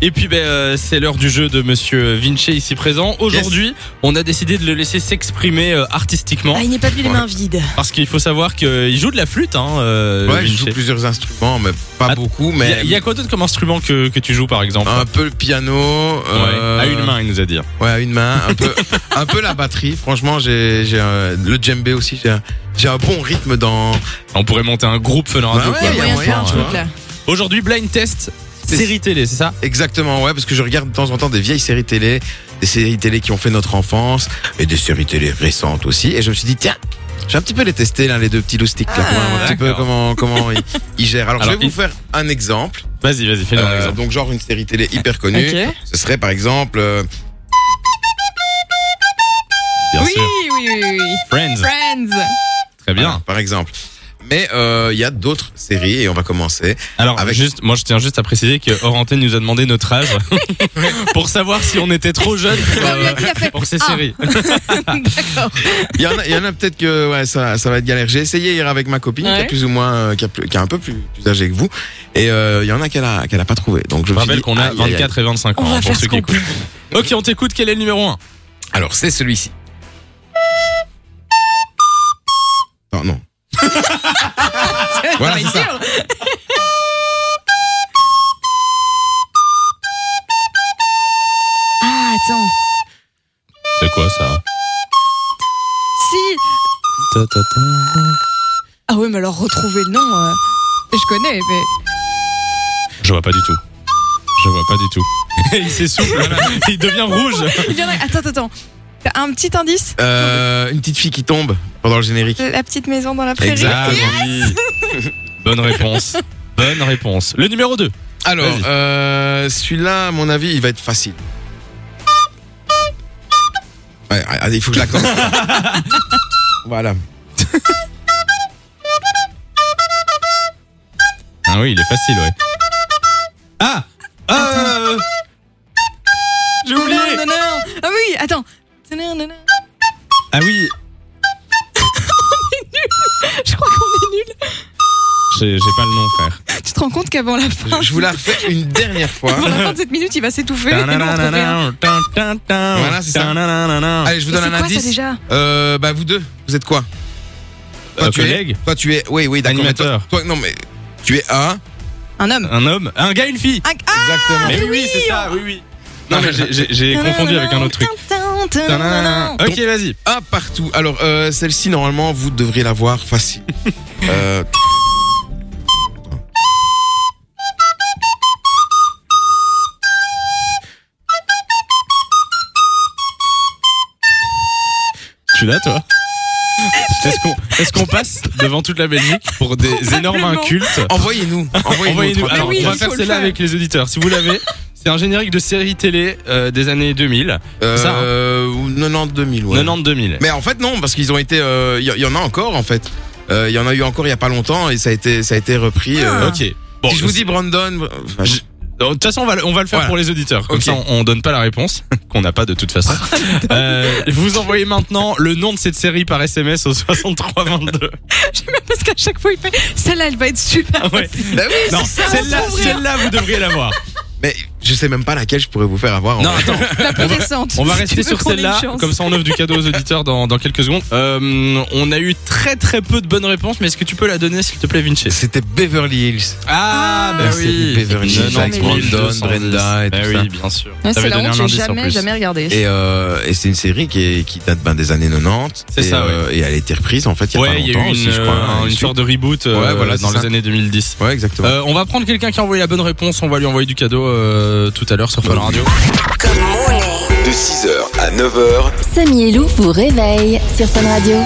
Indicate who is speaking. Speaker 1: Et puis ben, euh, c'est l'heure du jeu de Monsieur Vinci ici présent. Aujourd'hui, on a décidé de le laisser s'exprimer euh, artistiquement.
Speaker 2: Ah, il n'est pas venu les mains vides.
Speaker 1: Parce qu'il faut savoir qu'il joue de la flûte, hein, euh,
Speaker 3: Ouais, je
Speaker 1: Vinci.
Speaker 3: joue plusieurs instruments, mais pas
Speaker 1: Ah, Il
Speaker 3: beaucoup,
Speaker 1: y a-
Speaker 3: mais
Speaker 1: il y, a quoi d'autre comme instrument que, que tu joues par exemple
Speaker 3: un peu le piano. euh,
Speaker 1: Ouais, À une main, il nous a dit.
Speaker 3: Ouais, à une main. Un peu, un peu la batterie. Franchement, j'ai, j'ai un- le djembé aussi. J'ai un, j'ai un bon rythme dans.
Speaker 1: On pourrait monter un groupe Fun Radio.
Speaker 3: Bah ouais,
Speaker 1: quoi.
Speaker 3: il y a
Speaker 2: Moyen de faire un
Speaker 3: moyen,
Speaker 2: truc
Speaker 3: ouais.
Speaker 2: là.
Speaker 1: Aujourd'hui, blind test, série télé, c'est ça
Speaker 3: Exactement, ouais, parce que je regarde de temps en temps des vieilles séries télé, des séries télé qui ont fait notre enfance et des séries télé récentes aussi. Et je me suis dit, tiens. Je vais un petit peu les tester, là, les deux petits loustiques, là, pour voir un petit peu
Speaker 1: Ah, d'accord.
Speaker 3: comment, comment ils, ils gèrent. Alors,
Speaker 1: Alors,
Speaker 3: je vais
Speaker 1: il-
Speaker 3: vous faire un exemple.
Speaker 1: Vas-y, vas-y, fais-nous un
Speaker 3: Euh,
Speaker 1: exemple.
Speaker 3: donc, genre, une série télé hyper connue.
Speaker 2: Ok.
Speaker 3: Ce serait, par exemple, euh,
Speaker 1: Bien
Speaker 2: Oui,
Speaker 1: sûr.
Speaker 2: oui, oui, oui, oui.
Speaker 1: Friends,
Speaker 2: Friends.
Speaker 1: très bien.
Speaker 3: voilà, par exemple. Mais euh, il y a d'autres séries et on va commencer.
Speaker 1: Alors,
Speaker 3: Avec-
Speaker 1: juste, moi, je tiens juste à préciser que hors antenne nous a demandé notre âge pour savoir si on était trop jeune pour,
Speaker 2: Comme il a
Speaker 1: euh,
Speaker 2: dit, il a fait.
Speaker 1: pour ces
Speaker 2: Ah.
Speaker 1: séries.
Speaker 2: D'accord.
Speaker 3: Il y en a, il y en a peut-être que ouais, ça, ça va être galère. J'ai essayé hier avec ma copine qui
Speaker 2: Ouais.
Speaker 3: a plus ou moins, euh, qui, a plus- qui est un peu plus, plus âgée que vous, et euh, il y en a qu'elle a, qu'elle a pas trouvé. Donc
Speaker 1: Je
Speaker 3: je me suis
Speaker 1: rappelle
Speaker 3: dit,
Speaker 1: qu'on a
Speaker 3: aïe, aïe, aïe.
Speaker 1: 24 et 25
Speaker 2: On
Speaker 1: ans hein,
Speaker 2: va
Speaker 1: pour
Speaker 2: faire
Speaker 1: ceux
Speaker 2: ce
Speaker 1: qui
Speaker 2: qu'on peut.
Speaker 1: écoutent. Ok, on t'écoute, quel est le numéro 1
Speaker 3: Alors c'est celui-ci. Non, non. voilà, c'est ça.
Speaker 2: Ah, attends.
Speaker 1: C'est quoi ça
Speaker 2: Si. Ah ouais, mais alors retrouver le nom. euh, Je connais, mais.
Speaker 1: Je vois pas du tout. Je vois pas du tout. il s'essouffle, hein. il devient rouge.
Speaker 2: Il y en a- Attends, attends. T'as un petit indice
Speaker 3: Euh, une petite fille qui tombe pendant le générique.
Speaker 2: La petite maison dans la prairie.
Speaker 1: oui. Bonne réponse. Bonne réponse. Le numéro 2.
Speaker 3: Alors,
Speaker 1: Vas-y.
Speaker 3: euh, celui-là, à mon avis, il va être facile. Ouais, allez, il faut que je la commence. voilà.
Speaker 1: Ah oui, il est facile, ouais. Ah euh, J'ai
Speaker 2: Non,
Speaker 1: oublié
Speaker 2: non, non, non. Ah oui, attends. Non, non, non.
Speaker 1: Ah oui,
Speaker 2: Je crois qu'on est nuls.
Speaker 1: j'ai j'ai pas le nom, frère.
Speaker 2: Tu te rends compte qu'avant la fin.
Speaker 3: Je vous la refais une dernière
Speaker 1: Hein
Speaker 3: fois.
Speaker 2: Avant la fin de cette minute, il va s'étouffer. et nous, on retrouvera un.
Speaker 1: Voilà,
Speaker 3: Voilà, c'est ça. Allez, je vous
Speaker 2: Et
Speaker 3: donne
Speaker 2: c'est
Speaker 3: un
Speaker 2: quoi ça
Speaker 3: indice.
Speaker 2: déjà
Speaker 3: Euh, bah, vous deux, vous êtes quoi Toi,
Speaker 1: Euh,
Speaker 3: tu es.
Speaker 1: collègue
Speaker 3: Toi, tu es. Oui, oui, d'accord. mais toi-
Speaker 1: Animateur.
Speaker 3: Toi, non, mais tu es un.
Speaker 2: Un homme.
Speaker 1: Un homme Un gars, une fille
Speaker 2: Un... Ah
Speaker 3: Exactement.
Speaker 1: Mais oui, c'est ça, oui, oui. Non, mais j'ai- j'ai j'ai confondu avec un autre truc.
Speaker 2: truc.
Speaker 1: Ok, vas-y.
Speaker 3: Un partout. Alors, euh, celle-ci, normalement, vous devriez la voir facile. Euh,
Speaker 1: Tu l'as, toi Est-ce qu'on est-ce qu'on passe devant toute la Belgique pour des
Speaker 2: Probablement.
Speaker 1: énormes incultes
Speaker 3: Oh, Envoyez-nous. Envoyez-nous.
Speaker 1: Envoyez-nous. Ah
Speaker 3: trois-
Speaker 1: Alors,
Speaker 2: oui,
Speaker 1: on va
Speaker 2: il
Speaker 1: faire
Speaker 2: faut le
Speaker 1: celle-là
Speaker 2: faire.
Speaker 1: avec les auditeurs. Si vous l'avez, c'est un générique de série télé euh, des années 2000.
Speaker 3: Euh,
Speaker 1: ça, hein.
Speaker 3: 90 2000. Ouais.
Speaker 1: 90 2000.
Speaker 3: Mais en fait, non, parce qu'ils ont été. Il y, y en a encore, en fait. Il y en a eu encore il y a pas longtemps et ça a été, ça a été repris. euh.
Speaker 1: Ok. Ah. Bon,
Speaker 3: si je vous dis Brandon.
Speaker 1: Je- De toute façon, on va, le- on va le faire
Speaker 3: Voilà.
Speaker 1: pour les auditeurs. Comme
Speaker 3: Ok.
Speaker 1: ça, on, on donne pas la réponse qu'on n'a pas de toute façon. Euh, vous envoyez maintenant le nom de cette série par SMS au 6322.
Speaker 2: Parce qu'à chaque fois, il fait celle-là, elle va être super.
Speaker 1: Ouais.
Speaker 3: Bah oui,
Speaker 1: Non,
Speaker 3: c'est ça.
Speaker 1: celle-là,
Speaker 2: on trouve rien.
Speaker 1: celle-là, vous devriez l'avoir.
Speaker 3: Mais je sais même pas laquelle je pourrais vous faire avoir. en
Speaker 1: Non,
Speaker 3: vrai.
Speaker 1: attends.
Speaker 2: La plus récente.
Speaker 1: On va
Speaker 2: Si tu
Speaker 1: rester
Speaker 2: veux
Speaker 1: sur
Speaker 2: qu'on ait une
Speaker 1: celle-là.
Speaker 2: chance.
Speaker 1: Comme ça, on offre du cadeau aux auditeurs dans, dans quelques secondes. Euh, on a eu très très peu de bonnes réponses, mais est-ce que tu peux la donner, s'il te plaît, Vinci
Speaker 3: C'était Beverly Hills.
Speaker 1: Ah,
Speaker 2: Ah,
Speaker 1: bah
Speaker 3: la
Speaker 1: oui.
Speaker 3: série Beverly
Speaker 2: Hills, avec
Speaker 3: Brandon,
Speaker 1: 9210.
Speaker 3: Brenda et
Speaker 1: Bah
Speaker 3: tout
Speaker 1: oui,
Speaker 3: ça.
Speaker 1: bien sûr. T'avais
Speaker 2: Ouais, C'est la
Speaker 1: donné
Speaker 2: honte,
Speaker 1: un
Speaker 2: j'ai
Speaker 1: indice en
Speaker 2: jamais,
Speaker 1: plus.
Speaker 2: jamais regardé.
Speaker 3: Et, euh, et c'est une série qui, est- qui date ben, des années 90.
Speaker 1: C'est
Speaker 3: et,
Speaker 1: ça, ouais.
Speaker 3: euh, et elle a été reprise en fait il y a pas
Speaker 1: Ouais, il y
Speaker 3: longtemps
Speaker 1: a eu
Speaker 3: aussi,
Speaker 1: une,
Speaker 3: je crois.
Speaker 1: euh, une sorte de reboot euh,
Speaker 3: Ouais, voilà,
Speaker 1: dans
Speaker 3: c'est
Speaker 1: les
Speaker 3: ça.
Speaker 1: années 2010.
Speaker 3: Ouais, exactement.
Speaker 1: Euh, on va prendre quelqu'un qui a envoyé la bonne réponse, on va lui envoyer du cadeau euh, tout à l'heure sur Fun Radio.
Speaker 4: De 6h à 9h,
Speaker 5: Samy et Lou vous réveille sur Fun Radio.